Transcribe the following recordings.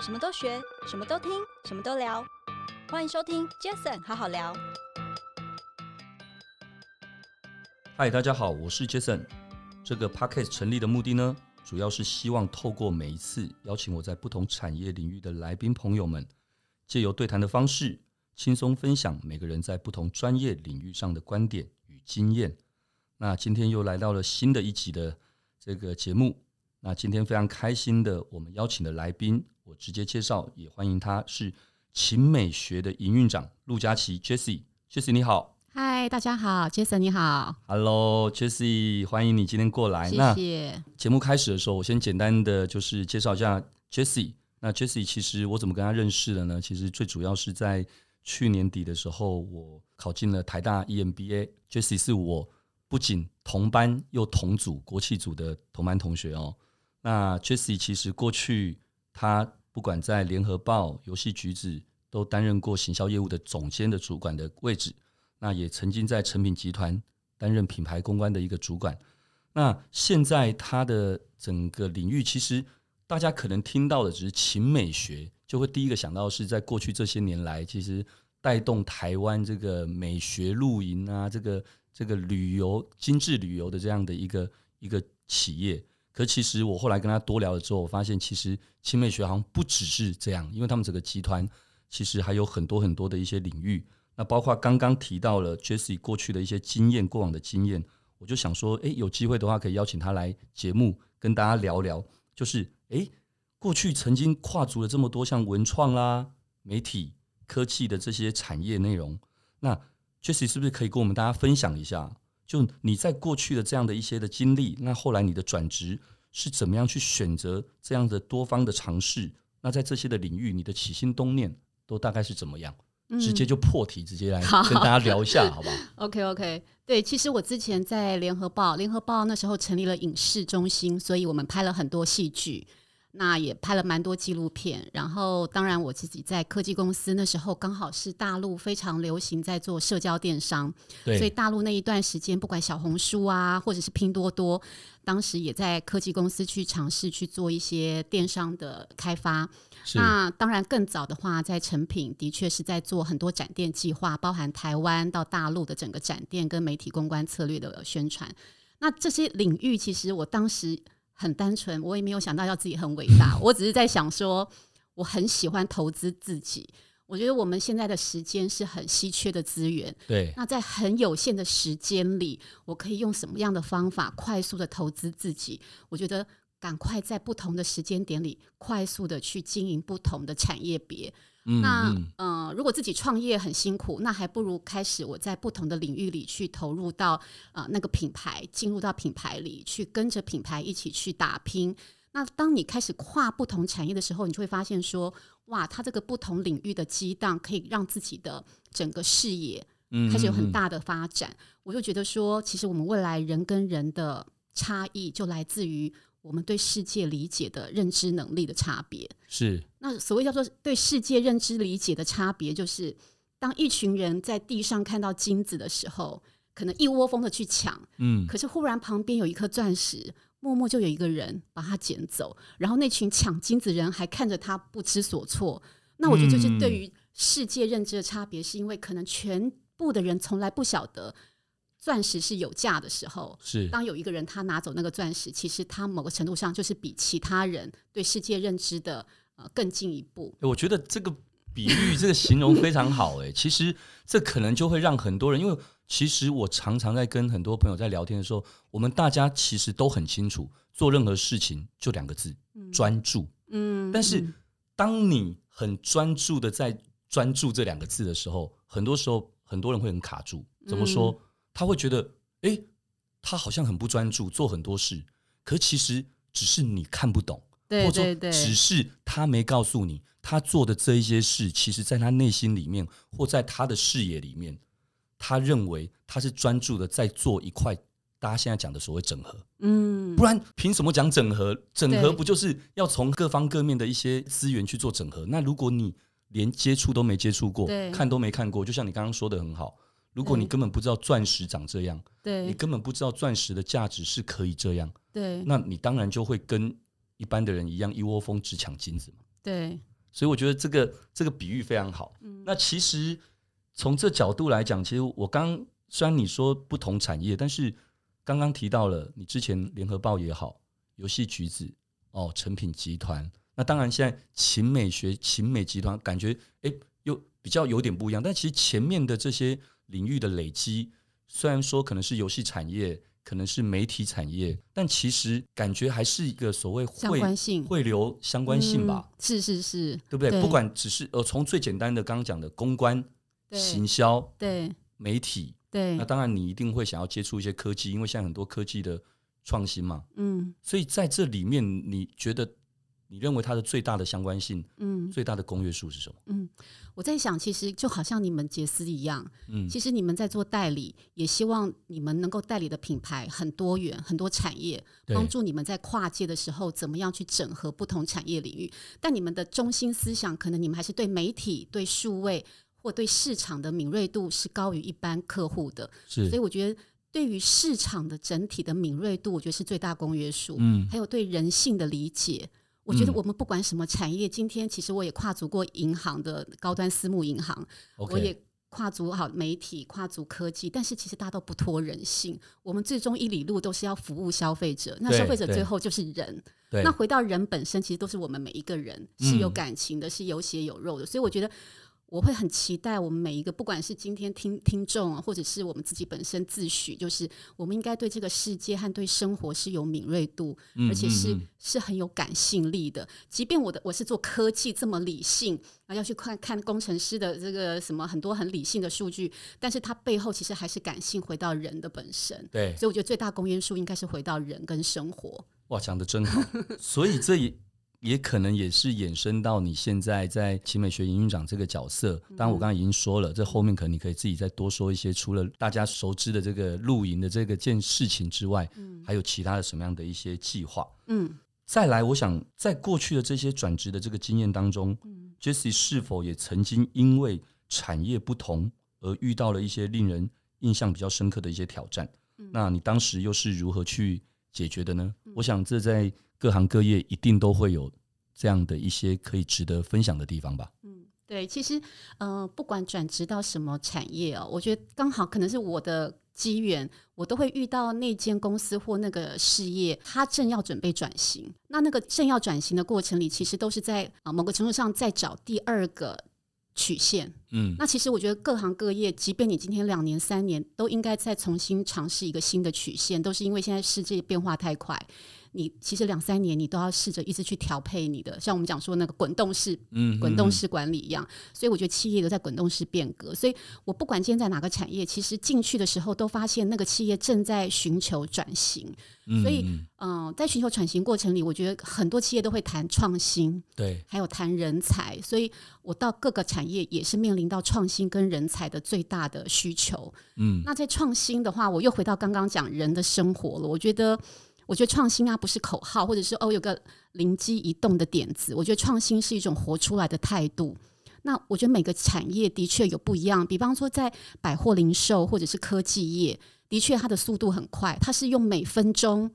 什么都学，什么都听，什么都聊。欢迎收听 Jason 好好聊。嗨，大家好，我是 Jason。这个 Podcast 成立的目的呢，主要是希望透过每一次邀请我在不同产业领域的来宾朋友们，借由对谈的方式，轻松分享每个人在不同专业领域上的观点与经验。那今天又来到了新的一集的这个节目。那今天非常开心的，我们邀请的来宾，我直接介绍，也欢迎他是秦美学的营运长陆佳琪 Jessie。Jessie 你好。嗨，大家好，Jason 你好， Hello, Jesse，欢迎你今天过来。谢哎那谢。节目开始的时候，我先简单的就是介绍一下 Jesse。那 Jesse 其实我怎么跟他认识的呢？其实最主要是在去年底的时候，我考进了台大 E EMBA。Jesse 是我不仅同班又同组国际组的同班同学哦。那 Jesse 其实过去他不管在联合报、游戏橘子都担任过行销业务的总监的主管的位置，那也曾经在成品集团担任品牌公关的一个主管。那现在他的整个领域，其实大家可能听到的只是秦美学，就会第一个想到是在过去这些年来，其实带动台湾这个美学露营啊，这个这个旅游精致旅游的这样的一个一个企业。可其实我后来跟他多聊了之后，我发现其实秦美学好像不只是这样，因为他们整个集团其实还有很多很多的一些领域。那包括刚刚提到了 Jesse 过去的一些经验，过往的经验，我就想说，诶，有机会的话可以邀请他来节目跟大家聊聊，就是诶，过去曾经跨足了这么多像文创啦、媒体、科技的这些产业内容，那 Jesse 是不是可以跟我们大家分享一下？就你在过去的这样的一些的经历，那后来你的转职是怎么样去选择这样的多方的尝试？那在这些的领域，你的起心动念都大概是怎么样？嗯直接就破题，直接来好跟大家聊一下，好不好？ OK OK，对，其实我之前在联合报，联合报那时候成立了影视中心，所以我们拍了很多戏剧，那也拍了蛮多纪录片。然后，当然我自己在科技公司那时候刚好是大陆非常流行在做社交电商， 所以对，大陆那一段时间，不管小红书啊，或者是拼多多，当时也在科技公司去尝试去做一些电商的开发。是那当然，更早的话，在成品的确是在做很多展店计划，包含台湾到大陆的整个展店跟媒体公关策略的宣传。那这些领域，其实我当时很单纯，我也没有想到要自己很伟大，我只是在想说，我很喜欢投资自己。我觉得我们现在的时间是很稀缺的资源，对，那在很有限的时间里，我可以用什么样的方法快速的投资自己？我觉得赶快在不同的时间点里，快速的去经营不同的产业别。嗯那嗯，呃，如果自己创业很辛苦，那还不如开始我在不同的领域里去投入到呃那个品牌，进入到品牌里去跟着品牌一起去打拼。那当你开始跨不同产业的时候，你就会发现说，哇，它这个不同领域的激荡可以让自己的整个视野嗯开始有很嗯大的发展。我就觉得说，其实我们未来人跟人的差异，就来自于我们对世界理解的认知能力的差别。嗯是那所谓叫做对世界认知理解的差别，就是当一群人在地上看到金子的时候，可能一窝蜂的去抢，嗯可是忽然旁边有一颗钻石，默默就有一个人把它捡走，然后那群抢金子人还看着他不知所措。那我觉得就是嗯对于世界认知的差别，是因为可能全部的人从来不晓得钻石是有价的时候。是当有一个人他拿走那个钻石，其实他某个程度上就是比其他人对世界认知的呃更进一步。欸我觉得这个比喻、这个形容非常好、欸。其实这可能就会让很多人，因为其实我常常在跟很多朋友在聊天的时候，我们大家其实都很清楚，做任何事情就两个字：专注。嗯，但是当你很专注的在专注这两个字的时候，很多时候很多人会很卡住。怎么嗯说？他会觉得，诶，他好像很不专注，做很多事，可其实只是你看不懂。对或者对说对，只是他没告诉你，他做的这一些事，其实在他内心里面或在他的视野里面，他认为他是专注的在做一块大家现在讲的所谓整合。嗯不然凭什么讲整合？整合对不就是要从各方各面的一些资源去做整合？那如果你连接触都没接触过对，看都没看过，就像你刚刚说的很好，如果你对根本不知道钻石长这样，你对根本不知道钻石的价值是可以这样，对那你当然就会跟一般的人一样一窝蜂只抢金子嘛。对，所以我觉得这个这个比喻非常好。嗯那其实从这角度来讲，其实我刚虽然你说不同产业，但是刚刚提到了你之前联合报也好，游戏橘子哦，成品集团，那当然现在秦美学、秦美集团感觉诶又比较有点不一样，但其实前面的这些领域的累积，虽然说可能是游戏产业。可能是媒体产业，但其实感觉还是一个所谓相汇关性汇流相关性吧，嗯是是是，对不对？对不管只是呃，从最简单的刚刚讲的公关、对嗯行销、对媒体，对那，当然你一定会想要接触一些科技，因为现在很多科技的创新嘛。嗯所以在这里面，你觉得你认为它的最大的相关性、嗯最大的公约数是什么？嗯，我在想，其实就好像你们杰斯一样，嗯其实你们在做代理，也希望你们能够代理的品牌很多元、很多产业，对帮助你们在跨界的时候怎么样去整合不同产业领域。但你们的中心思想，可能你们还是对媒体、对数位或对市场的敏锐度是高于一般客户的，所以是我觉得。对于市场的整体的敏锐度，我觉得是最大公约数。嗯还有对人性的理解。我觉得嗯我们不管什么产业，今天其实我也跨足过银行的高端私募银行，我，OK，也跨足好媒体、跨足科技，但是其实大家都不脱人性。我们最终一里路都是要服务消费者，那对消费者最对后就是人。对嗯那回到人本身，其实都是我们每一个人是有感情的，是有血有肉的。所以我觉得我会很期待我们每一个，不管是今天听听众啊，或者是我们自己本身自诩，就是我们应该对这个世界和对生活是有敏锐度，嗯而且是、嗯嗯是很有感性力的。即便我的我是做科技这么理性，啊，要去看看工程师的这个什么很多很理性的数据，但是它背后其实还是感性回到人的本身。对，所以我觉得最大公约数应该是回到人跟生活。哇，讲的真好。所以这也也可能也是衍生到你现在在奇美学营运长这个角色。当然，我刚刚已经说了，这后面可能你可以自己再多说一些，除了大家熟知的这个露营的这个件事情之外，还有其他的什么样的一些计划？嗯再来，我想在过去的这些转职的这个经验当中、j e s s e 是否也曾经因为产业不同而遇到了一些令人印象比较深刻的一些挑战？嗯那你当时又是如何去解决的呢？我想这在各行各业一定都会有这样的一些可以值得分享的地方吧？嗯，对，其实呃，不管转职到什么产业哦，我觉得刚好可能是我的。机缘，我都会遇到那间公司或那个事业，它正要准备转型。那那个正要转型的过程里，其实都是在啊、呃某个程度上在找第二个曲线。嗯，那其实我觉得各行各业，即便你今天两年、三年，都应该再重新尝试一个新的曲线，都是因为现在世界变化太快。你其实两三年，你都要试着一直去调配你的，像我们讲说那个滚动式嗯滚动式管理一样，所以我觉得企业都在滚动式变革。所以我不管今天在哪个产业，其实进去的时候都发现那个企业正在寻求转型。嗯所以嗯嗯嗯、在寻求转型过程里，我觉得很多企业都会谈创新，对，还有谈人才，所以我到各个产业也是面临到创新跟人才的最大的需求。嗯那在创新的话，我又回到刚刚讲人的生活了。我觉得，我觉得创新啊，不是口号，或者是哦有个灵机一动的点子。我觉得创新是一种活出来的态度。那我觉得每个产业的确有不一样，比方说在百货零售或者是科技业，的确它的速度很快，它是用每分钟、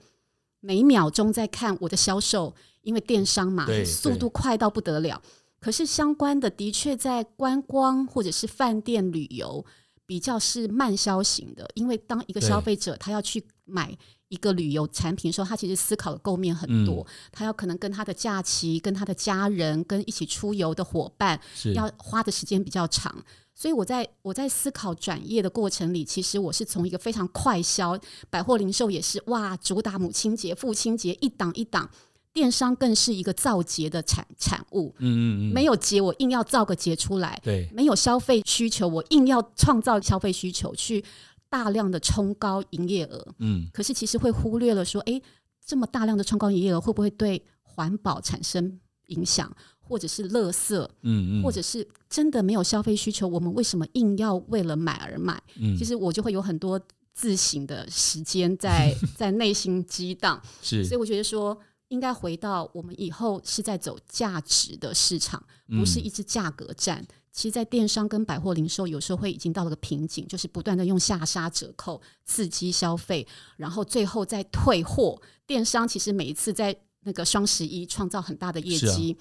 每秒钟在看我的销售，因为电商嘛对，速对度快到不得了。可是相关的，的确在观光或者是饭店旅游比较是慢消型的，因为当一个对消费者他要去买一个旅游产品的时候，他其实思考的构面很多，嗯他要可能跟他的假期、跟他的家人、跟一起出游的伙伴，是嗯要花的时间比较长。所以我在我在思考转业的过程里，其实我是从一个非常快销百货零售也是哇，主打母亲节、父亲节一档一档，电商更是一个造节的产产物，嗯嗯嗯，没有节我硬要造个节出来，对没有消费需求我硬要创造消费需求去大量的冲高营业额，嗯可是其实会忽略了说，诶，这么大量的冲高营业额会不会对环保产生影响，或者是垃圾，嗯嗯，或者是真的没有消费需求，我们为什么硬要为了买而买？嗯其实我就会有很多自省的时间 在在内心激荡，所以是我觉得说。应该回到我们以后是在走价值的市场，不是嗯一直价格战。其实，在电商跟百货零售有时候会已经到了个瓶颈，就是不断的用下杀折扣刺激消费，然后最后再退货。电商其实每一次在那个双十一创造很大的业是啊绩，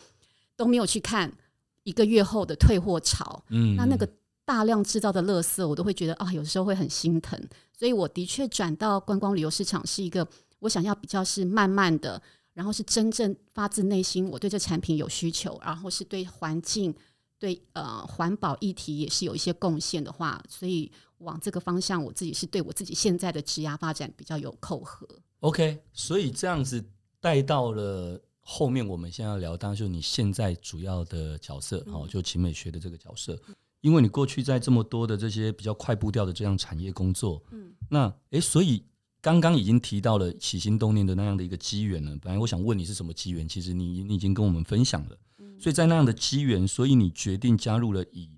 都没有去看一个月后的退货潮，嗯，那那个大量制造的垃圾，我都会觉得啊，有时候会很心疼。所以我的确转到观光旅游市场是一个我想要比较是慢慢的，然后是真正发自内心，我对这产品有需求，然后是对环境、对呃环保议题也是有一些贡献的话，所以往这个方向，我自己是对我自己现在的职涯发展比较有扣合。 OK，所以这样子带到了后面，我们现在要聊，当然就是你现在主要的角色，哦，就秦美学的这个角色，因为你过去在这么多的这些比较快步调的这样产业工作，嗯，那诶，所以刚刚已经提到了起心动念的那样的一个机缘了，本来我想问你是什么机缘，其实你你已经跟我们分享了，所以在那样的机缘，所以你决定加入了以。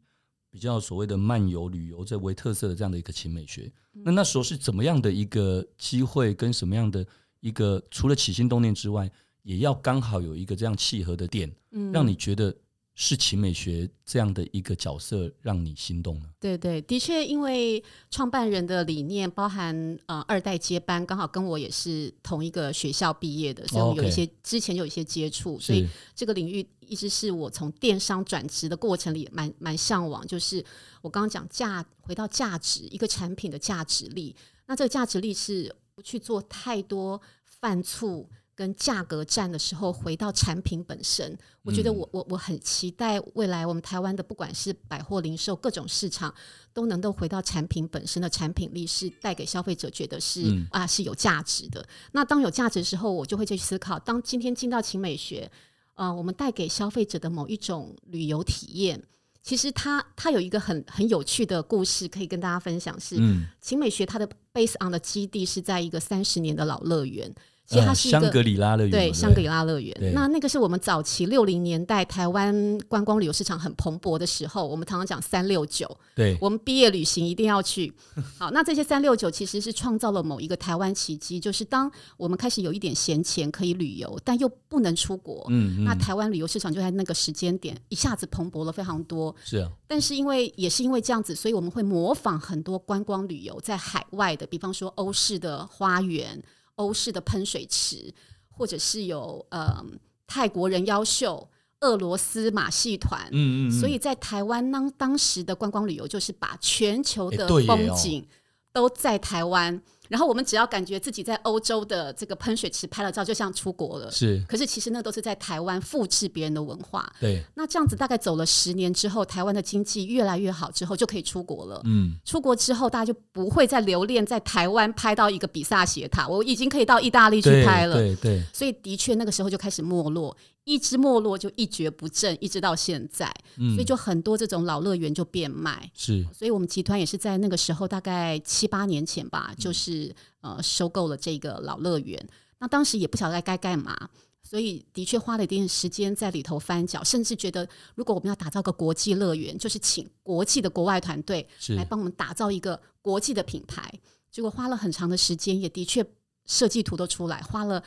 比较所谓的漫游旅游这为特色的这样的一个秦美学，嗯那那时候是怎么样的一个机会，跟什么样的一个除了起心动念之外，也要刚好有一个这样契合的点，嗯让你觉得是秦美学这样的一个角色让你心动呢？对对，的确，因为创办人的理念包含呃二代接班，刚好跟我也是同一个学校毕业的，所以我们有一 OK 些之前有一些接触，所以这个领域一直是我从电商转职的过程里蛮蛮向往，就是我刚刚讲价，回到价值，一个产品的价值力，那这个价值力是不去做太多犯醋。跟价格战的时候，回到产品本身，我觉得我我我很期待未来我们台湾的不管是百货零售各种市场，都能够回到产品本身的产品力，是带给消费者觉得是、嗯啊是有价值的。那当有价值的时候，我就会去思考，当今天进到秦美学，呃，我们带给消费者的某一种旅游体验，其实它它有一个很很有趣的故事可以跟大家分享是，嗯，秦美学它的 base on 的基地是在一个三十年的老乐园，其实它呃是一个、香格里拉乐园嘛，对不香格里拉乐对园。那那个是我们早期六零年代台湾观光旅游市场很蓬勃的时候，我们常常讲三六九，对，我们毕业旅行一定 要去。好，那这些三六九其实是创造了某一个台湾奇迹，就是当我们开始有一点闲钱可以旅游，但又不能出国。嗯那嗯，台湾旅游市场就在那个时间点一下子蓬勃了非常多，是啊，但是因为也是因为这样子，所以我们会模仿很多观光旅游在海外的，比方说欧式的花园、欧式的喷水池，或者是有呃泰国人妖秀、俄罗斯马戏团。嗯嗯，嗯所以在台湾当当时的观光旅游，就是把全球诶的对耶风哦景都在台湾，然后我们只要感觉自己在欧洲的这个喷水池拍了照，就像出国了。是可是其实那都是在台湾复制别人的文化。对，那这样子大概走了十年之后，台湾的经济越来越好之后，就可以出国了。嗯，出国之后，大家就不会再留恋在台湾拍到一个比萨斜塔，我已经可以到意大利去对拍了。对对，所以的确，那个时候就开始没落，一直没落就一蹶不振，一直到现在。嗯，所以就很多这种老乐园就变卖。是所以我们集团也是在那个时候，大概七八年前吧，嗯就是呃收购了这个老乐园。那当时也不晓得该干嘛，所以的确花了一点时间在里头翻脚，甚至觉得如果我们要打造个国际乐园，就是请国际的国外团队是来帮我们打造一个国际的品牌。结果花了很长的时间，也的确设计图都出来，花了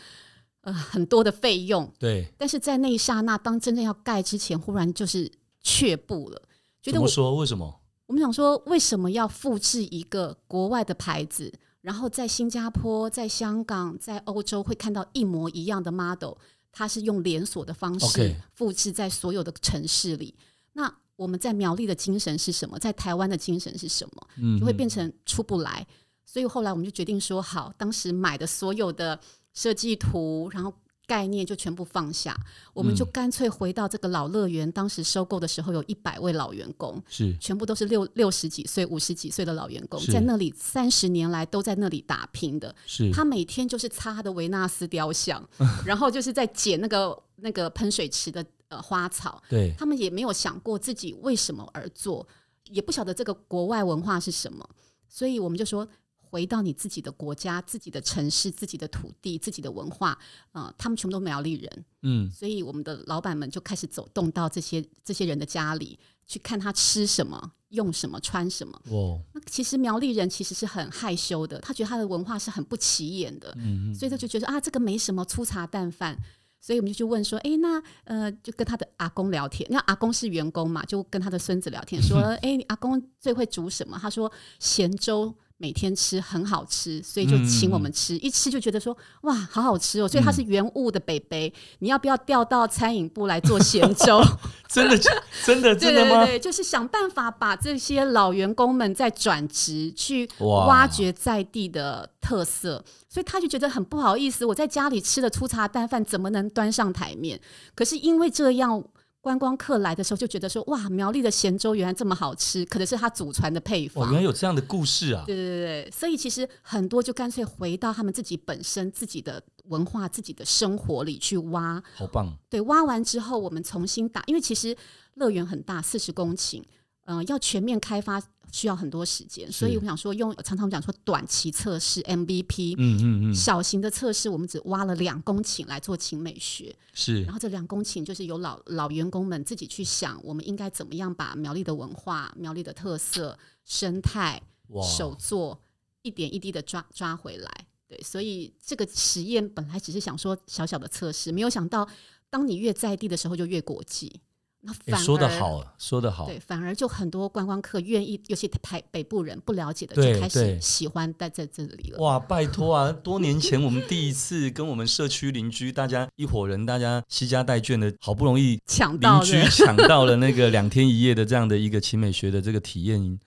呃很多的费用，对，但是在那一刹那，当真正要盖之前，忽然就是却步了，觉怎得我么说？为什么？我们想说，为什么要复制一个国外的牌子，然后在新加坡、在香港、在欧洲会看到一模一样的 model？它是用连锁的方 OK 式复制在所有的城市里。那我们在苗栗的精神是什么？在台湾的精神是什么？嗯，就会变嗯成出不来。所以后来我们就决定说，好，当时买的所有的设计图，然后概念就全部放下，我们就嗯干脆回到这个老乐园。当时收购的时候有一百位老员工，是全部都是六六十几岁、五十几岁的老员工，是在那里三十年来都在那里打拼的。是，他每天就是擦他的维纳斯雕像，然后就是在捡那个那个喷水池的呃花草。对他们也没有想过自己为什么而做，也不晓得这个国外文化是什么，所以我们就说。回到你自己的国家、自己的城市、自己的土地、自己的文化，呃，他们全部都苗栗人，嗯所以我们的老板们就开始走动到这些这些人的家里，去看他吃什么、用什么、穿什么。哇那其实苗栗人其实是很害羞的，他觉得他的文化是很不起眼的，嗯嗯所以他就觉得啊，这个没什么粗茶淡饭。所以我们就去问说，诶，那呃，就跟他的阿公聊天，那阿公 是员工嘛，就跟他的孙子聊天，说，诶，你阿公最会煮什么？他说咸粥每天吃很好吃，所以就请我嗯们吃，一吃就觉得说哇，好好吃哦！所以它是原物的北北，你要不要调到餐饮部来做咸粥？真的真的真对对的吗？对，就是想办法把这些老员工们再转职，去哇挖掘在地的特色。所以他就觉得很不好意思，我在家里吃的粗茶淡饭怎么能端上台面？可是因为这样。观光客来的时候就觉得说，哇，苗栗的咸粥原来这么好吃，可能是他祖传的配哇，方哦原。来有这样的故事啊！对对对，对所以其实很多就干脆回到他们自己本身、自己的文化、自己的生活里去挖。好棒，对，挖完之后我们重新打，因为其实乐园很大，四十公顷，嗯、要全面开发需要很多时间，所以是我想说用，常常讲说短期测试 MVP，、嗯嗯嗯，小型的测试我们只挖了两公顷来做秦美学，是然后这两公顷就是由老老员工们自己去想，我们应该怎么样把苗栗的文化、苗栗的特色、生态。哇，手做一点一滴的抓抓回来。对，所以这个实验本来只是想说小小的测试，没有想到当你越在地的时候就越国际。那哎，反而、说的，好，哦说的好，对，反而就很多观光客愿意，尤其台北部人不了解的，对就开对始喜欢待在这里了。哇，拜托啊！多年前我们第一次跟我们社区邻居，大家一伙人，大家惜家带眷的，好不容易抢邻到居 的，抢到了那个两天一夜的这样的一个秦美学的这个体验营。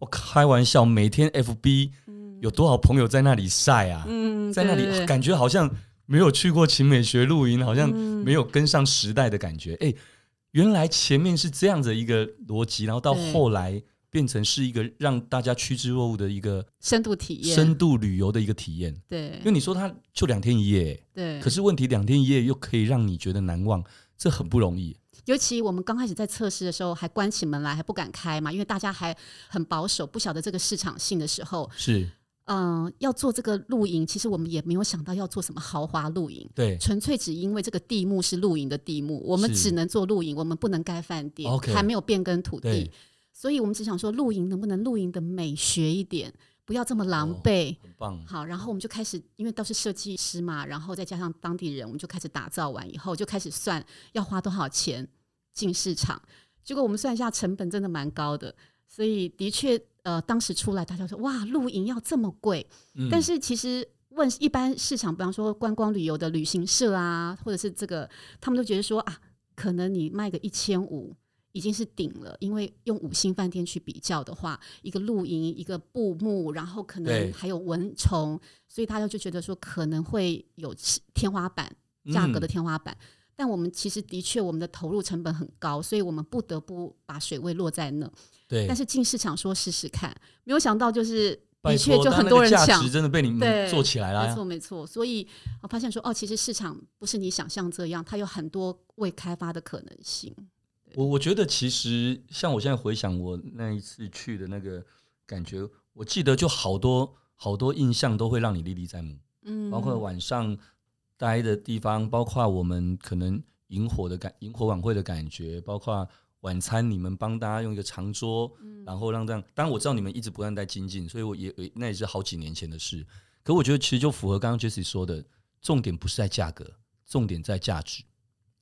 我开玩笑，每天 FB 有多少朋友在那里晒啊？嗯，在那里对对对感觉好像没有去过秦美学露营，好像嗯没有跟上时代的感觉。哎、原来前面是这样的一个逻辑，然后到对后来变成是一个让大家趋之若鹜的一个深度体验，深度旅游的一个体验。对因为你说它就两天一夜，对。可是问题两天一夜又可以让你觉得难忘，这很不容易。尤其我们刚开始在测试的时候，还关起门来还不敢开嘛，因为大家还很保守，不晓得这个市场性的时候，是嗯、要做这个露营，其实我们也没有想到要做什么豪华露营， 对纯粹只因为这个地目是露营的地目，我们是只能做露营，我们不能盖饭店 OK 还没有变更土对地，，所以我们只想说露营能不能露营的美学一点，不要这么哦狼狈。很棒。好，然后我们就开始，因为都是设计师嘛，然后再加上当地人，我们就开始打造完以后，就开始算要花多少钱进市场。结果我们算一下成本，真的蛮高的，所以的确，呃，当时出来大家说哇，露营要这么贵，嗯但是其实问一般市场，比方说观光旅游的旅行社啊，或者是这个，他们都觉得说啊，可能你卖个一千五已经是顶了，因为用五星饭店去比较的话，一个露营，一个布幕，然后可对能还有蚊虫，所以大家就觉得说可能会有天花板，嗯价格的天花板。但我们其实的确，我们的投入成本很高，所以我们不得不把水位落在那。对，但是进市场说试试看，没有想到就是拜的确托就它很那多个人价抢值，真的被你们对做起来了没啊。错，没错。所以我发现说，哦，其实市场不是你想象这样，它有很多未开发的可能性。我我觉得其实像我现在回想我那一次去的那个感觉，我记得就好多好多印象都会让你历历在目。嗯，包括晚上待的地方，包括我们可能萤火的感、萤火晚会的感觉，包括晚餐你们帮大家用一个长桌，然后让这样。当然我知道你们一直不断在精进，所以我也也那也是好几年前的事。可我觉得其实就符合刚刚 Jesse 说的，重点不是在价格，重点在价值。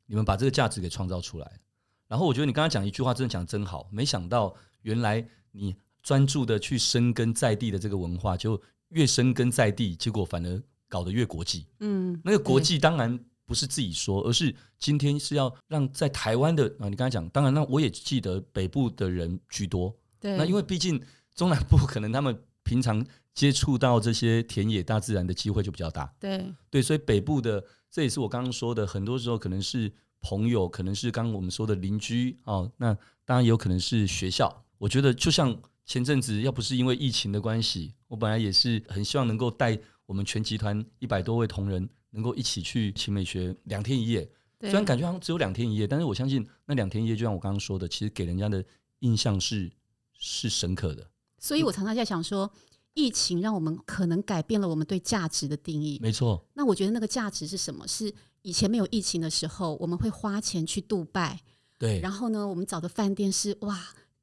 你们把这个价值给创造出来。然后我觉得你刚刚讲一句话真的讲得真好，没想到原来你专注的去深耕在地的这个文化，就越深耕在地，结果反而搞得越国际。嗯，那个国际当然不是自己说，而是今天是要让在台湾的啊，你刚才讲，当然那我也记得北部的人居多，对，那因为毕竟中南部可能他们平常接触到这些田野大自然的机会就比较大，对对，所以北部的这也是我刚刚说的，很多时候可能是朋友，可能是刚刚我们说的邻居哦，那当然也有可能是学校。我觉得就像前阵子，要不是因为疫情的关系，我本来也是很希望能够带我们全集团一百多位同仁能够一起去秦美学两天一夜。对，虽然感觉好像只有两天一夜，但是我相信那两天一夜，就像我刚刚说的，其实给人家的印象是是深刻的。所以我常常在想说，疫情让我们可能改变了我们对价值的定义。没错，那我觉得那个价值是什么？是以前没有疫情的时候，我们会花钱去杜拜，对，然后呢，我们找的饭店是哇，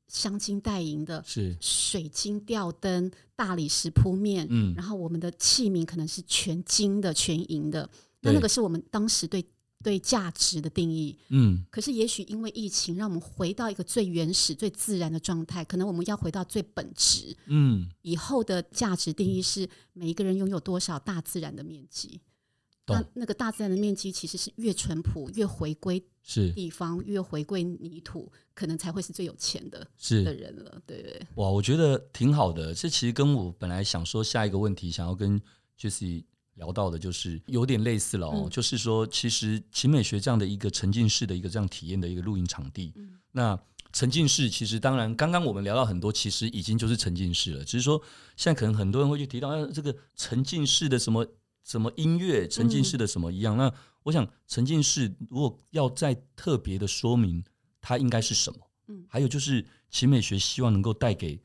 镶金戴银的，是水晶吊灯、大理石铺面，嗯然后我们的器皿可能是全金的、全银的，那对那个是我们当时对对价值的定义。嗯，可是，也许因为疫情，让我们回到一个最原始、最自然的状态。可能我们要回到最本质，嗯，以后的价值定义是每一个人拥有多少大自然的面积。那懂那个大自然的面积其实是越淳朴、越回归是地方、越回归泥土，可能才会是最有钱的的是，人了。对对对，哇，我觉得挺好的。这其实跟我本来想说下一个问题，想要跟 Jesse 聊到的，就是有点类似了哦。嗯就是说，其实秦美学这样的一个沉浸式的一个这样体验的一个露营场地，那沉浸式其实当然，刚刚我们聊到很多，其实已经就是沉浸式了。只是说，现在可能很多人会去提到，呃，这个沉浸式的什么什么音乐，沉浸式的什么一样。那我想，沉浸式如果要再特别的说明，它应该是什么？嗯还有就是奇美学希望能够带给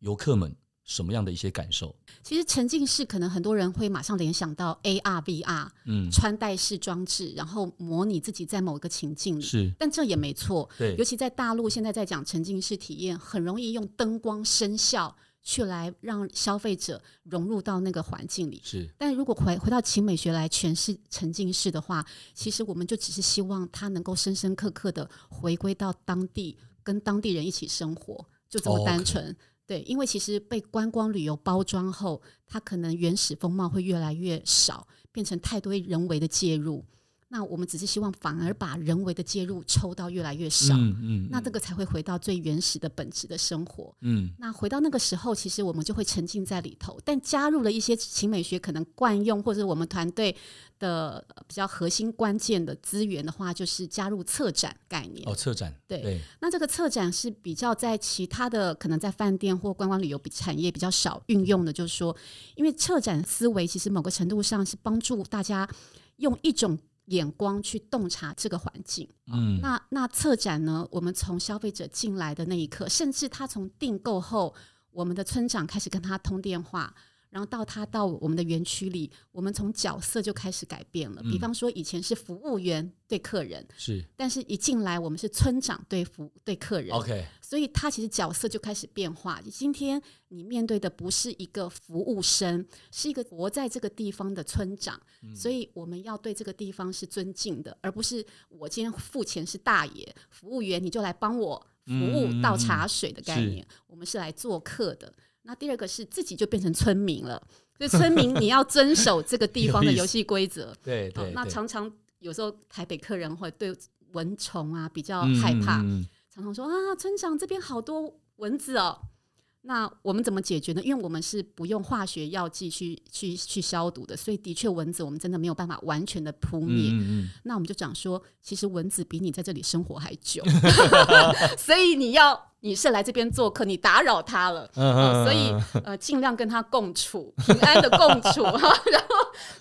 游客们什么样的一些感受？其实沉浸式可能很多人会马上联想到 AR、VR 嗯，穿戴式装置，然后模拟自己在某一个情境里。是但这也没错，对尤，其在大陆现在在讲沉浸式体验，很容易用灯光声效去来让消费者融入到那个环境里。是但如果回回到秦美学来诠释沉浸式的话，其实我们就只是希望它能够深深刻刻的回归到当地，跟当地人一起生活，就哦这么单纯。对，因为其实被观光旅游包装后，它可能原始风貌会越来越少，变成太多人为的介入。那我们只是希望，反而把人为的介入抽到越来越少，嗯嗯，那这个才会回到最原始的本质的生活。嗯那回到那个时候，其实我们就会沉浸在里头，但加入了一些情美学可能惯用或者我们团队的呃比较核心关键的资源的话，就是加入策展概念。哦，策展对那这个策展是比较在其他的可能在饭店或观光旅游比产业比较少运用的，就是说，因为策展思维其实某个程度上是帮助大家用一种眼光去洞察这个环境。嗯那那策展呢？我们从消费者进来的那一刻，甚至他从订购后，我们的村长开始跟他通电话，然后到他到我们的园区里，我们从角色就开始改变了。比嗯方说，以前是服务员对客人，是但是一进来我们是村长对服对客人 OK，所以他其实角色就开始变化。今天你面对的不是一个服务生，是一个活在这个地方的村长，嗯所以我们要对这个地方是尊敬的，而不是我今天付钱是大爷，服务员你就来帮我服嗯务倒嗯茶水的概是念，我们是来做客的。那第二个是自己就变成村民了，所以村民你要遵守这个地 有方的意游思戏规则。对好对，那对常常有时候台北客人会对蚊虫啊比较嗯害怕，嗯嗯常常说啊，村长这边好多蚊子哦。那我们怎么解决呢？因为我们是不用化学药剂去去去消毒的，所以的确蚊子我们真的没有办法完全的扑灭。嗯嗯那我们就讲说，其实蚊子比你在这里生活还久， 所以你要你是来这边做客，你打扰它了。嗯嗯，哦所以呃，尽量跟他共处，平安的共 处哈。然后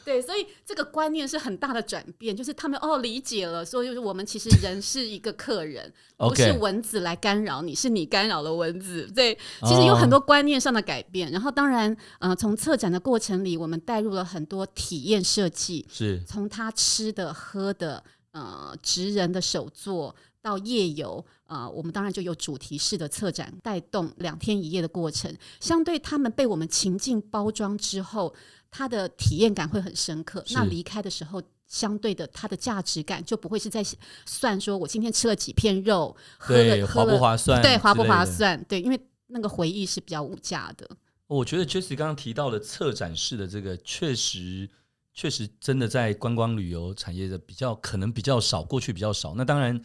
对，所以这个观念是很大的转变，就是他们哦理解了，说就是我们其实人是一个 客人，不是 OK 蚊子来干扰你，是你干扰了蚊子。对，其哦实有很多观念上的改变。然后当然，呃，从策展的过程里，我们带入了很多体验设计，是从他吃的、喝的，呃，职人的手作到夜游，呃，我们当然就有主题式的策展，带动两天一夜的过程。相对他们被我们情境包装之后，他的体验感会很深刻。是那离开的时候。相对的，它的价值感就不会是在算说我今天吃了几片肉，喝对了喝划不了划算，对划不划。算，对，因为那个回忆是比较无价的。我觉得 Jesse 刚刚提到的策展式的这个，确实确实真的在观光旅游产业的比较可能比较少，过去比较少。那当然，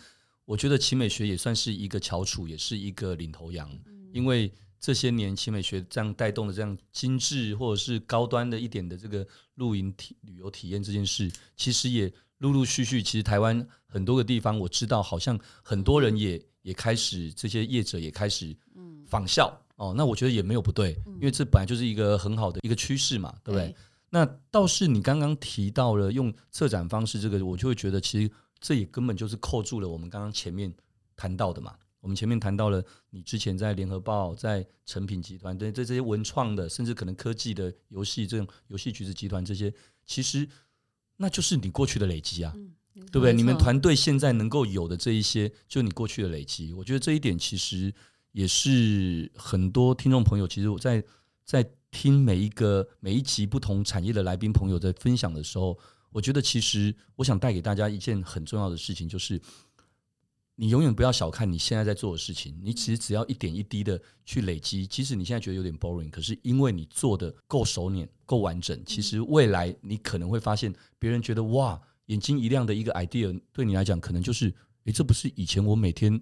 我觉得奇美学也算是一个翘楚，也是一个领头羊，因为这些年奇美学这样带动的这样精致或者是高端的一点的这个露营体旅游体验这件事，其实也陆陆续续，其实台湾很多个地方我知道，好像很多人也也开始这些业者也开始仿效哦，那我觉得也没有不对，因为这本来就是一个很好的一个趋势嘛，对不对？那倒是你刚刚提到了用策展方式这个，我就会觉得其实这也根本就是扣住了我们刚刚前面谈到的嘛。我们前面谈到了你之前在联合报、在成品集团对这这些文创的，甚至可能科技的游戏这种游戏橘子集团这些，其实那就是你过去的累积啊。对对不对？嗯没你们错团队现在能够有的这一些，就你过去的累积，我觉得这一点其实也是很多听众朋友，其实我在在听每一个每一集不同产业的来宾朋友在分享的时候，我觉得其实我想带给大家一件很重要的事情，就是你永远不要小看你现在在做的事情，你其实只要一点一滴的去累积，即使你现在觉得有点 boring，可是因为你做的够熟练、够完整，其实未来你可能会发现别人觉得哇眼睛一亮的一个 idea，对你来讲可能就是诶，这不是以前我每天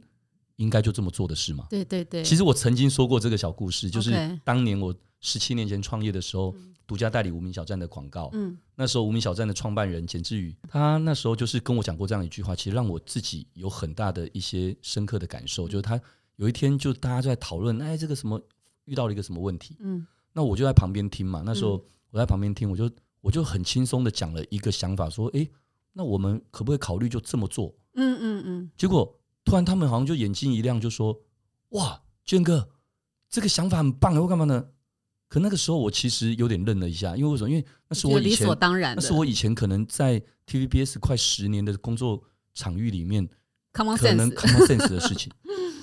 应该就这么做的事吗？对对对，其实我曾经说过这个小故事，就是 OK 当年我十七年前创业的时候，独家代理无名小站的广告。嗯那时候无名小站的创办人简志宇，他那时候就是跟我讲过这样一句话，其实让我自己有很大的一些深刻的感嗯受，就是他有一天就大家就在讨论，哎，这个什么遇到了一个什么问题，嗯那我就在旁边听嘛。那时候我在旁边听，我就我就很轻松的讲了一个想法，说，哎，那我们可不可以考虑就这么做？嗯嗯嗯，结果突然他们好像就眼睛一亮，就说：“哇，娟哥，这个想法很棒，我干嘛呢？”可那个时候我其实有点愣了一下，因为为什么？因为那是觉我得以理前所，当然那的，是我以前可能在 TVBS 快十年的工作场域里面， common 可能 sense，嗯 common sense 的事 情，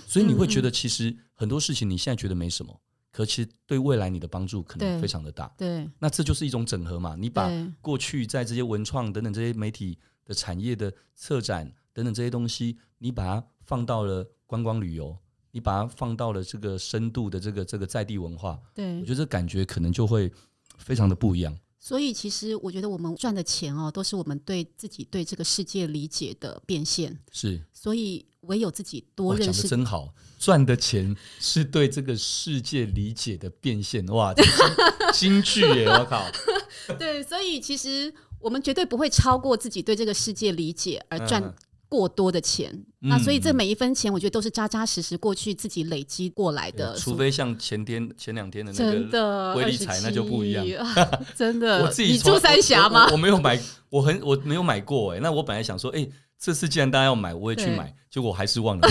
所以你会觉得其实很多事情你现在觉得没什么，可其实对未来你的帮助可能对非常的大。对那这就是一种整合嘛，你把对过去在这些文创等等这些媒体的产业的策展等等这些东西，你把它放到了观光旅游，你把它放到了这个深度的这个这个在地文化，我对觉，得这感觉可能就会非常的不一样。所以其实我觉得我们赚的钱哦，都是我们对自己对这个世界理解的变现，是，所以唯有自己多哇，认讲的识真好，赚的钱是对这个世界理解的变现，哇， 这是金句耶！我 靠，对，所以其实我们绝对不会超过自己对这个世界理解而嗯赚过多的钱。嗯那所以这每一分钱，我觉得都是扎扎实实过去自己累积过来的。除非像前天前两天的那个真的威力彩那就不一样27啊 真的，我自己你从住来三峡我吗我？我没有买，我很我没有买过哎、那我本来想说，哎、这次既然大家要买，我也去对买，结果我还是 忘了。哎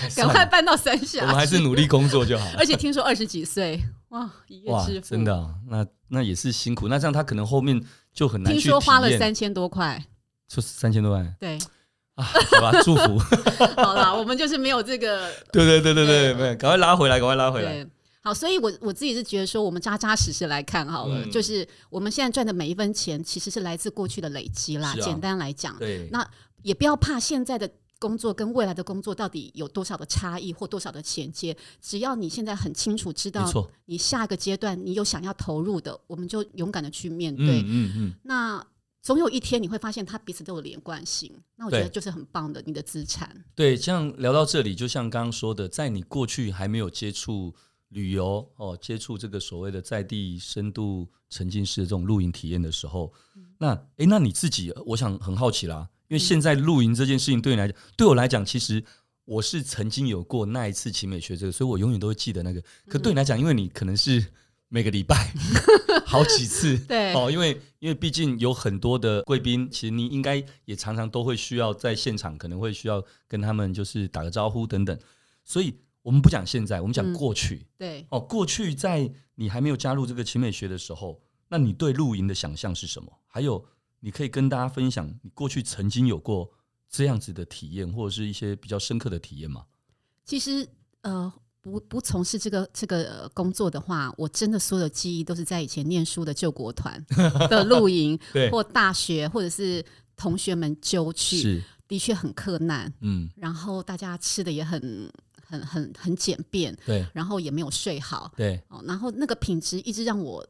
赶算快了，搬到三我们峡还去。是努力工作就好了。而且听说二十几岁，哇，一夜哇致，富，真的、啊，那那也是辛苦。那这样他可能后面就很难听去说花了体验，三千多块。就三千多万对，啊，好吧，祝福。 好啦，我们就是没有这个对对对对对，对没有，赶快拉回来，赶快拉回来。对，好，所以我我自己是觉得说，我们扎扎实实来看好了，嗯就是我们现在赚的每一分钱，其实是来自过去的累积啦。是啊简单来讲，对，那也不要怕现在的。工作跟未来的工作到底有多少的差异或多少的衔接？只要你现在很清楚知没道错，你下个阶段你有想要投入的，我们就勇敢的去面对。嗯嗯嗯，那总有一天你会发现它彼此都有连贯性，那我觉对得就是很棒的你的资产。对，像聊到这里，就像刚刚说的，在你过去还没有接触旅游哦，接触这个所谓的在地深度沉浸式的这种露营体验的时候，嗯那诶，那你自己，呃我想很好奇啦，因为现在露营这件事情对你来讲，对我来讲，其实我是曾经有过那一次奇美学这个，所以我永远都会记得嗯那个。可对你来讲，因为你可能是每个礼 拜好几次，对哦，因为因为毕竟有很多的贵宾，其实你应该也常常都会需要在现场，可能会需要跟他们就是打个招呼等等。所以我们不讲现在，我们讲嗯过去、对，哦。过去在你还没有加入这个奇美学的时候，那你对露营的想象是什么？还有，你可以跟大家分享你过去曾经有过这样子的体验，或者是一些比较深刻的体验吗？其实呃，不不从事这个这个、呃工作的话，我真的所有的记忆都是在以前念书的救国 团的露营，对或大学或者是同学们揪去，是，的确很克难，嗯，然后大家吃的也很很很很简便，对然后也没有睡好对，哦，然后那个品质一直让我。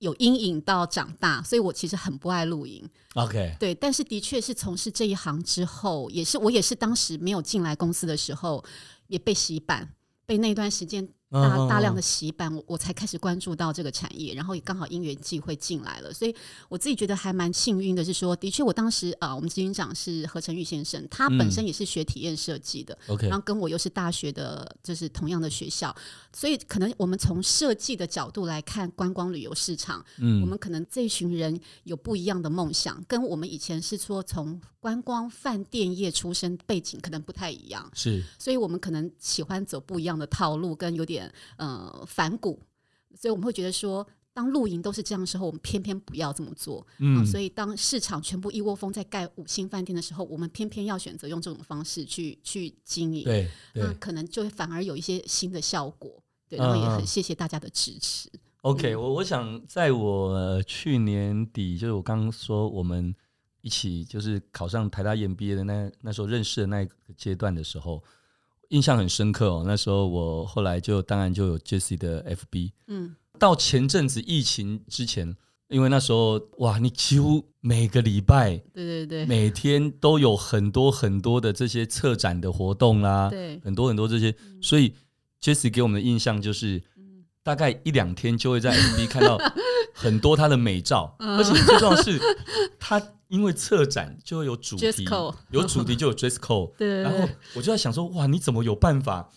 有阴影到长大，所以我其实很不爱露营。 ，OK，对，但是的确是从事这一行之后，也是我也是当时没有进来公司的时候，也被洗版，被那段时间大嗯嗯大量嗯的洗版，我我才开始关注到这个产业，然后也刚好因缘际会进来了，所以我自己觉得还蛮幸运的，是说的确我当时啊、呃我们执行长是何成玉先生，他本嗯身也是学体验设计的。 OK，然后跟我又是大学的，就是同样的学校，所以可能我们从设计的角度来看观光旅游市场，我嗯们可能这一群人有不一样的梦想，跟我们以前是说从观光饭店业出身背景可能不太一样，是，所以我们可能喜欢走不一样的套路，跟有点呃反骨，所以我们会觉得说。当露营都是这样的时候，我们偏偏不要这么做。啊嗯，所以当市场全部一窝蜂在盖五星饭店的时候，我们偏偏要选择用这种方式去去经营。对对那，可能就会反而有一些新的效果。对，然后也嗯嗯很谢谢大家的支持。 OK，我我想在我呃去年底，就是我刚刚说我们一起就是考上台大 EMBA 的那那时候认识的那个阶段的时候，印象很深刻哦。那时候我后来就当然就有 Jesse 的 FB，嗯，到前阵子疫情之前，因为那时候哇，你几乎每个礼拜对对对，每天都有很多很多的这些策展的活动 啦，对很多很多这些，嗯所以 Jesse 给我们的印象就是，大概一两天就会在 FB 看到很多他的美 照，嗯而且最重要的是，他因为策展就会有主 Dress 题 code，有主题就有 dress code，对对然后对我就在想说，哇，你怎么有办法？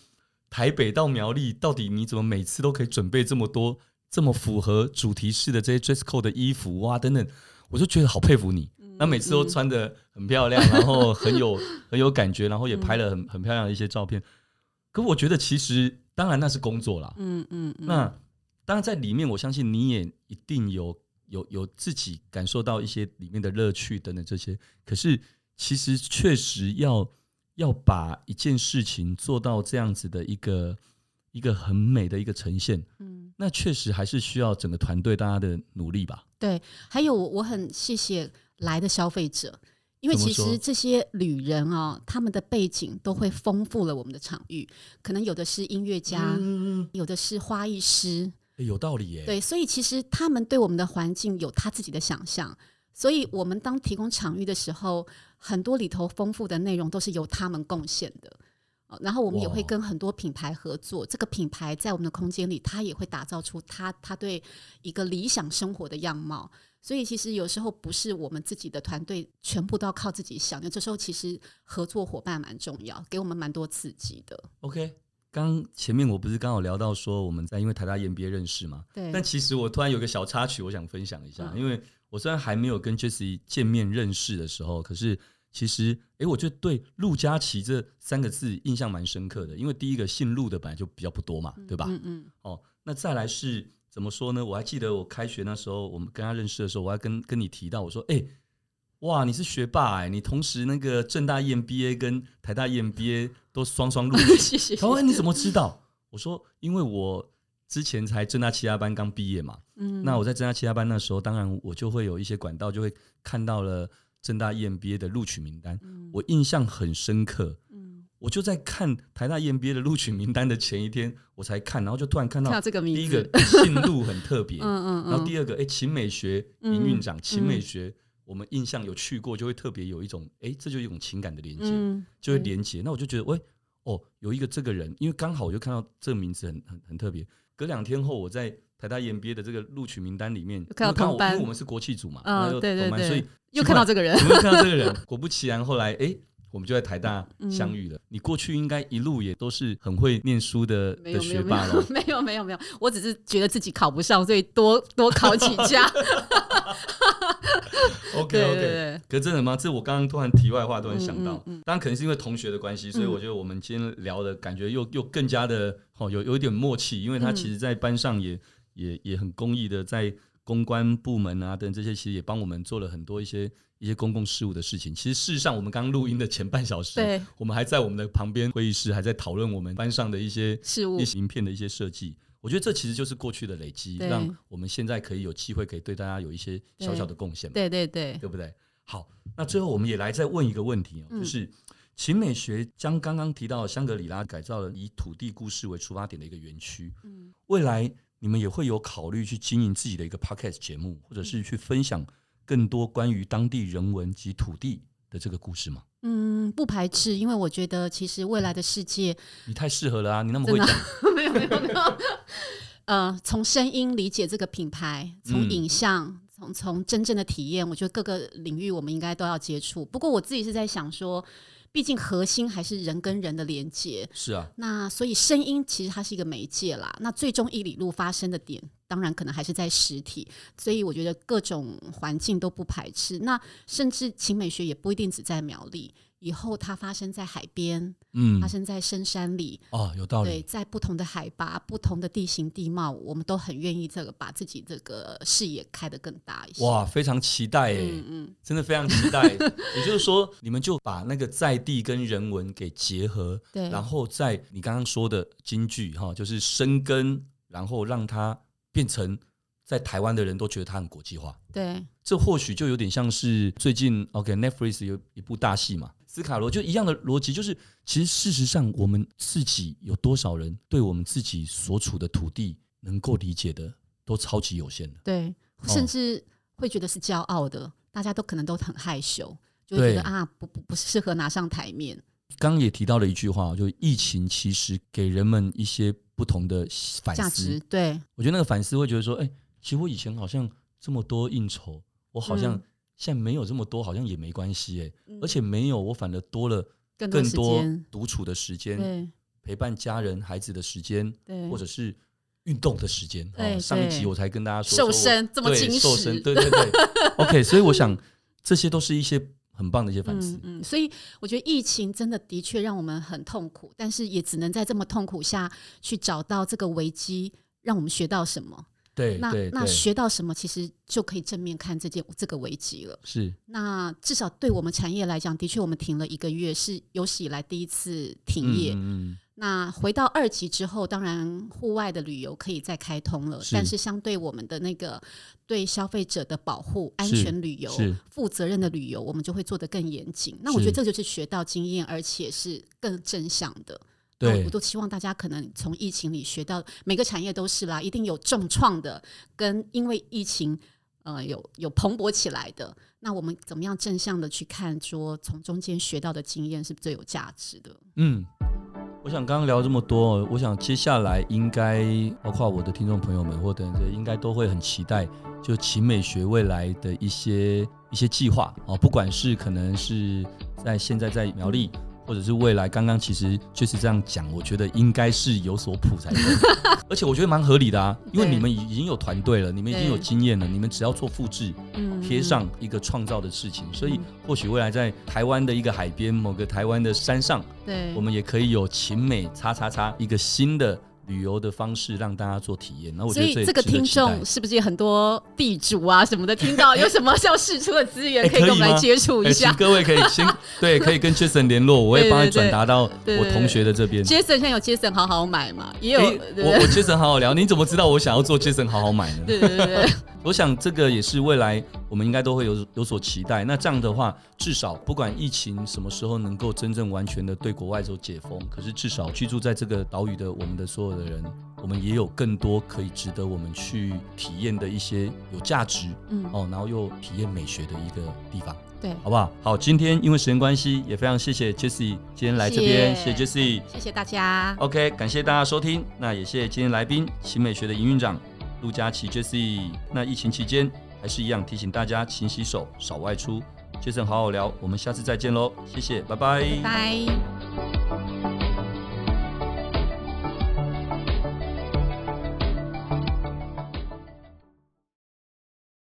台北到苗栗，到底你怎么每次都可以准备这么多这么符合主题式的这些 dress code 的衣服哇等等，我就觉得好佩服你。嗯那每次都穿的很漂亮，然后很 有很有感觉，然后也拍了嗯很很漂亮的一些照片。可我觉得其实当然那是工作啦，嗯嗯嗯，那当然在里面，我相信你也一定有有有自己感受到一些里面的乐趣等等这些。可是其实确实要要把一件事情做到这样子的一个一个很美的一个呈现，嗯那确实还是需要整个团队大家的努力吧。对，还有我我很谢谢来的消费者。因为怎么其说实这些旅人哦，他们的背景都会丰富了我们的场域，可能有的是音乐家，嗯，有的是花艺师，诶有道理耶、对，所以其实他们对我们的环境有他自己的想象，所以我们当提供场域的时候，很多里头丰富的内容都是由他们贡献的。哦然后我们也会哇跟很多品牌合作，这个品牌在我们的空间里，它也会打造出它它对一个理想生活的样貌。所以其实有时候不是我们自己的团队全部都要靠自己想，那这时候其实合作伙伴蛮重要，给我们蛮多刺激的。 OK，刚前面我不是刚好聊到说我们在因为台大 EMBA 认识嘛，对，但其实我突然有个小插曲，我想分享一下，嗯因为我虽然还没有跟 Jesse 见面认识的时候，可是其实，诶，我就对陆佳琪这三个字印象蛮深刻的，因为第一个姓陆的本来就比较不多嘛，对吧？嗯嗯哦，那再来是怎么说呢？我还记得我开学那时候，我们跟他认识的时候，我还跟跟你提到，我说，诶，哇，你是学霸哎、你同时那个正大 E EMBA 跟台大 E EMBA 都双双 录取嗯，，谢谢。他说：“哎你怎么知道？”我说：“因为我之前才正大七大班刚毕业嘛，嗯那我在正大七大班那时候，当然我就会有一些管道，就会看到了正大 EMBA 的录取名单，嗯我印象很深刻。嗯我就在看台大 EMBA 的录取名单的前一天，我才看，然后就突然看看到到这个名字，第一个姓陆很特别， 嗯嗯，然后嗯第二个哎秦美学营运长，秦美嗯学我们印象有去过，就会特别有一种哎，这就是一种情感的连接。嗯，就会对连接。那我就觉得，喂，哦，有一个这个人，因为刚好我就看到这个名字很很很特别。隔两天后，我在台大 EMBA 的这个录取名单里面，看到因为刚好同班因为我们是国际组嘛，嗯然后又对对同班对所以又看到这个人我，们又看到这个人。 果不其然，后来哎、诶我们就在台大嗯相遇了。你过去应该一路也都是很会念书的没的有没学有没霸有。喽 没有没有没有，我只是觉得自己考不上，所以多多考几 家。 OK 对 OK，对对，可是真的吗？这我刚刚突然题外话突然想到，嗯嗯嗯当然可能是因为同学的关系，所以嗯我觉得我们今天聊的感觉又又更加的哦，有有一点默契，因为他嗯其实在班上也、也也很公益的，在公关部门啊等这些，其实也帮我们做了很多一些一些公共事务的事情。其实事实上，我们刚录音的前半小时，对我们还在我们的旁边会议室还在讨论我们班上的一些事物一些名片的一些设计。我觉得这其实就是过去的累积，对让我们现在可以有机会，可以对大家有一些小小的贡献。对对对，对不对？好，那最后我们也来再问一个问题哦，嗯就是秦美学将刚刚提到的香格里拉改造了以土地故事为出发点的一个园区，嗯未来你们也会有考虑去经营自己的一个 podcast 节目，或者嗯是去分享更多关于当地人文及土地的这个故事吗？嗯，不排斥，因为我觉得其实未来的 世界你太适合了啊，你那么真会的讲，没有没有没有，呃，从声音理解这个品牌，从嗯影像，从从真正的体验，我觉得各个领域我们应该都要接触。不过我自己是在想说，毕竟核心还是人跟人的连接，是啊，那所以声音其实它是一个媒介啦。那最终一里路发生的点，当然可能还是在实体。所以我觉得各种环境都不排斥。那甚至秦美学也不一定只在苗栗，以后它发生在海边，嗯发，生在深山里，哦，有道对，理，在不同的海拔、不同的地形地貌，我们都很愿意这个把自己这个视野开得更大一些。哇，非常期待欸诶。嗯嗯，真的非常期待。也就是说，你们就把那个在地跟人文给结合，对然后在你刚刚说的京剧哈，就是生根，然后让它变成在台湾的人都觉得它很国际化。对，这或许就有点像是最近 OK Netflix 有一部大戏嘛，斯卡罗就一样的逻辑，就是其实事实上我们自己有多少人对我们自己所处的土地能够理解的，都超级有限的。对，哦甚至会觉得是骄傲的，大家都可能都很害羞，就会对觉得啊，不不不适合拿上台面。刚刚也提到了一句话，就疫情其实给人们一些不同的反价值思。对我觉得那个反思会觉得说，哎、其实我以前好像这么多应酬，我好像嗯现在没有这么多，好像也没关系哎、嗯而且没有，我反而多了更多更时多间，独处的时间。对陪伴家人、孩子的时间，对，或者是运动的时间。对哦，上一集对我才跟大家说瘦说我身这么对精瘦实身，对对 对。OK，所以我想这些都是一些很棒的一些反思嗯。嗯，所以我觉得疫情真的的确让我们很痛苦，但是也只能在这么痛苦下去找到这个危机，让我们学到什么。对那对那对，学到什么，其实就可以正面看这件这个危机了。是那至少对我们产业来讲，的确我们停了一个月，是有史以来第一次停业。嗯嗯那回到二级之后，当然户外的旅游可以再开通了，是但是相对我们的那个对消费者的保护、安全旅游是、负责任的旅游，我们就会做得更严谨。那我是觉得这就是学到经验，而且是更正向的。那对我都希望大家可能从疫情里学到，每个产业都是啦，一定有重创的，跟因为疫情呃有有蓬勃起来的。那我们怎么样正向的去看，说从中间学到的经验是最有价值的？嗯。我想刚刚聊这么多，我想接下来应该包括我的听众朋友们或者是应该都会很期待，就秦美学未来的一些一些计划哦，不管是可能是在现在在苗栗，嗯或者是未来，刚刚其实确实这样讲，我觉得应该是有所谱 才对，而且我觉得蛮合理的啊，因为对你们已经有团队了，你们已经有对经验了，你们只要做复制，嗯贴上一个创造的事情，所以嗯或许未来在台湾的一个海边，某个台湾的山上，对，我们也可以有秦美叉叉叉一个新的旅游的方式让大家做体验。那我觉所得这以这个也值得听期待哎众是不是有很多地主啊什么的，听到有什么要试出的资 源哎可以跟我可们以吗来接触哎一下请？各位可以 先对，可以跟 Jason 联络，我会帮他对对对转达到对我对同学的这边。 Jason 现在有 Jason 好好买嘛，也有哎对我我 Jason 好好聊，你怎么知道我想要做 Jason 好好买呢？对对对对，我想这个也是未来我们应该都会有有所期待。那这样的话，至少不管疫情什么时候能够真正完全的对国外做解封，可是至少居住在这个岛屿的我们的所有的人，我们也有更多可以值得我们去体验的一些有价值嗯，哦，然后又体验美学的一个地方，对，好不好？好，今天因为时间关系，也非常谢谢 Jessie 今天来这边，谢谢谢 Jessie。谢谢大家， OK，感谢大家收听，那也谢谢今天来宾新美学的营运长陆佳琪 Jesse。那疫情期间还是一样提醒大家勤洗手，少外出。Jason 好好聊，我们下次再见喽，谢谢，拜拜拜拜。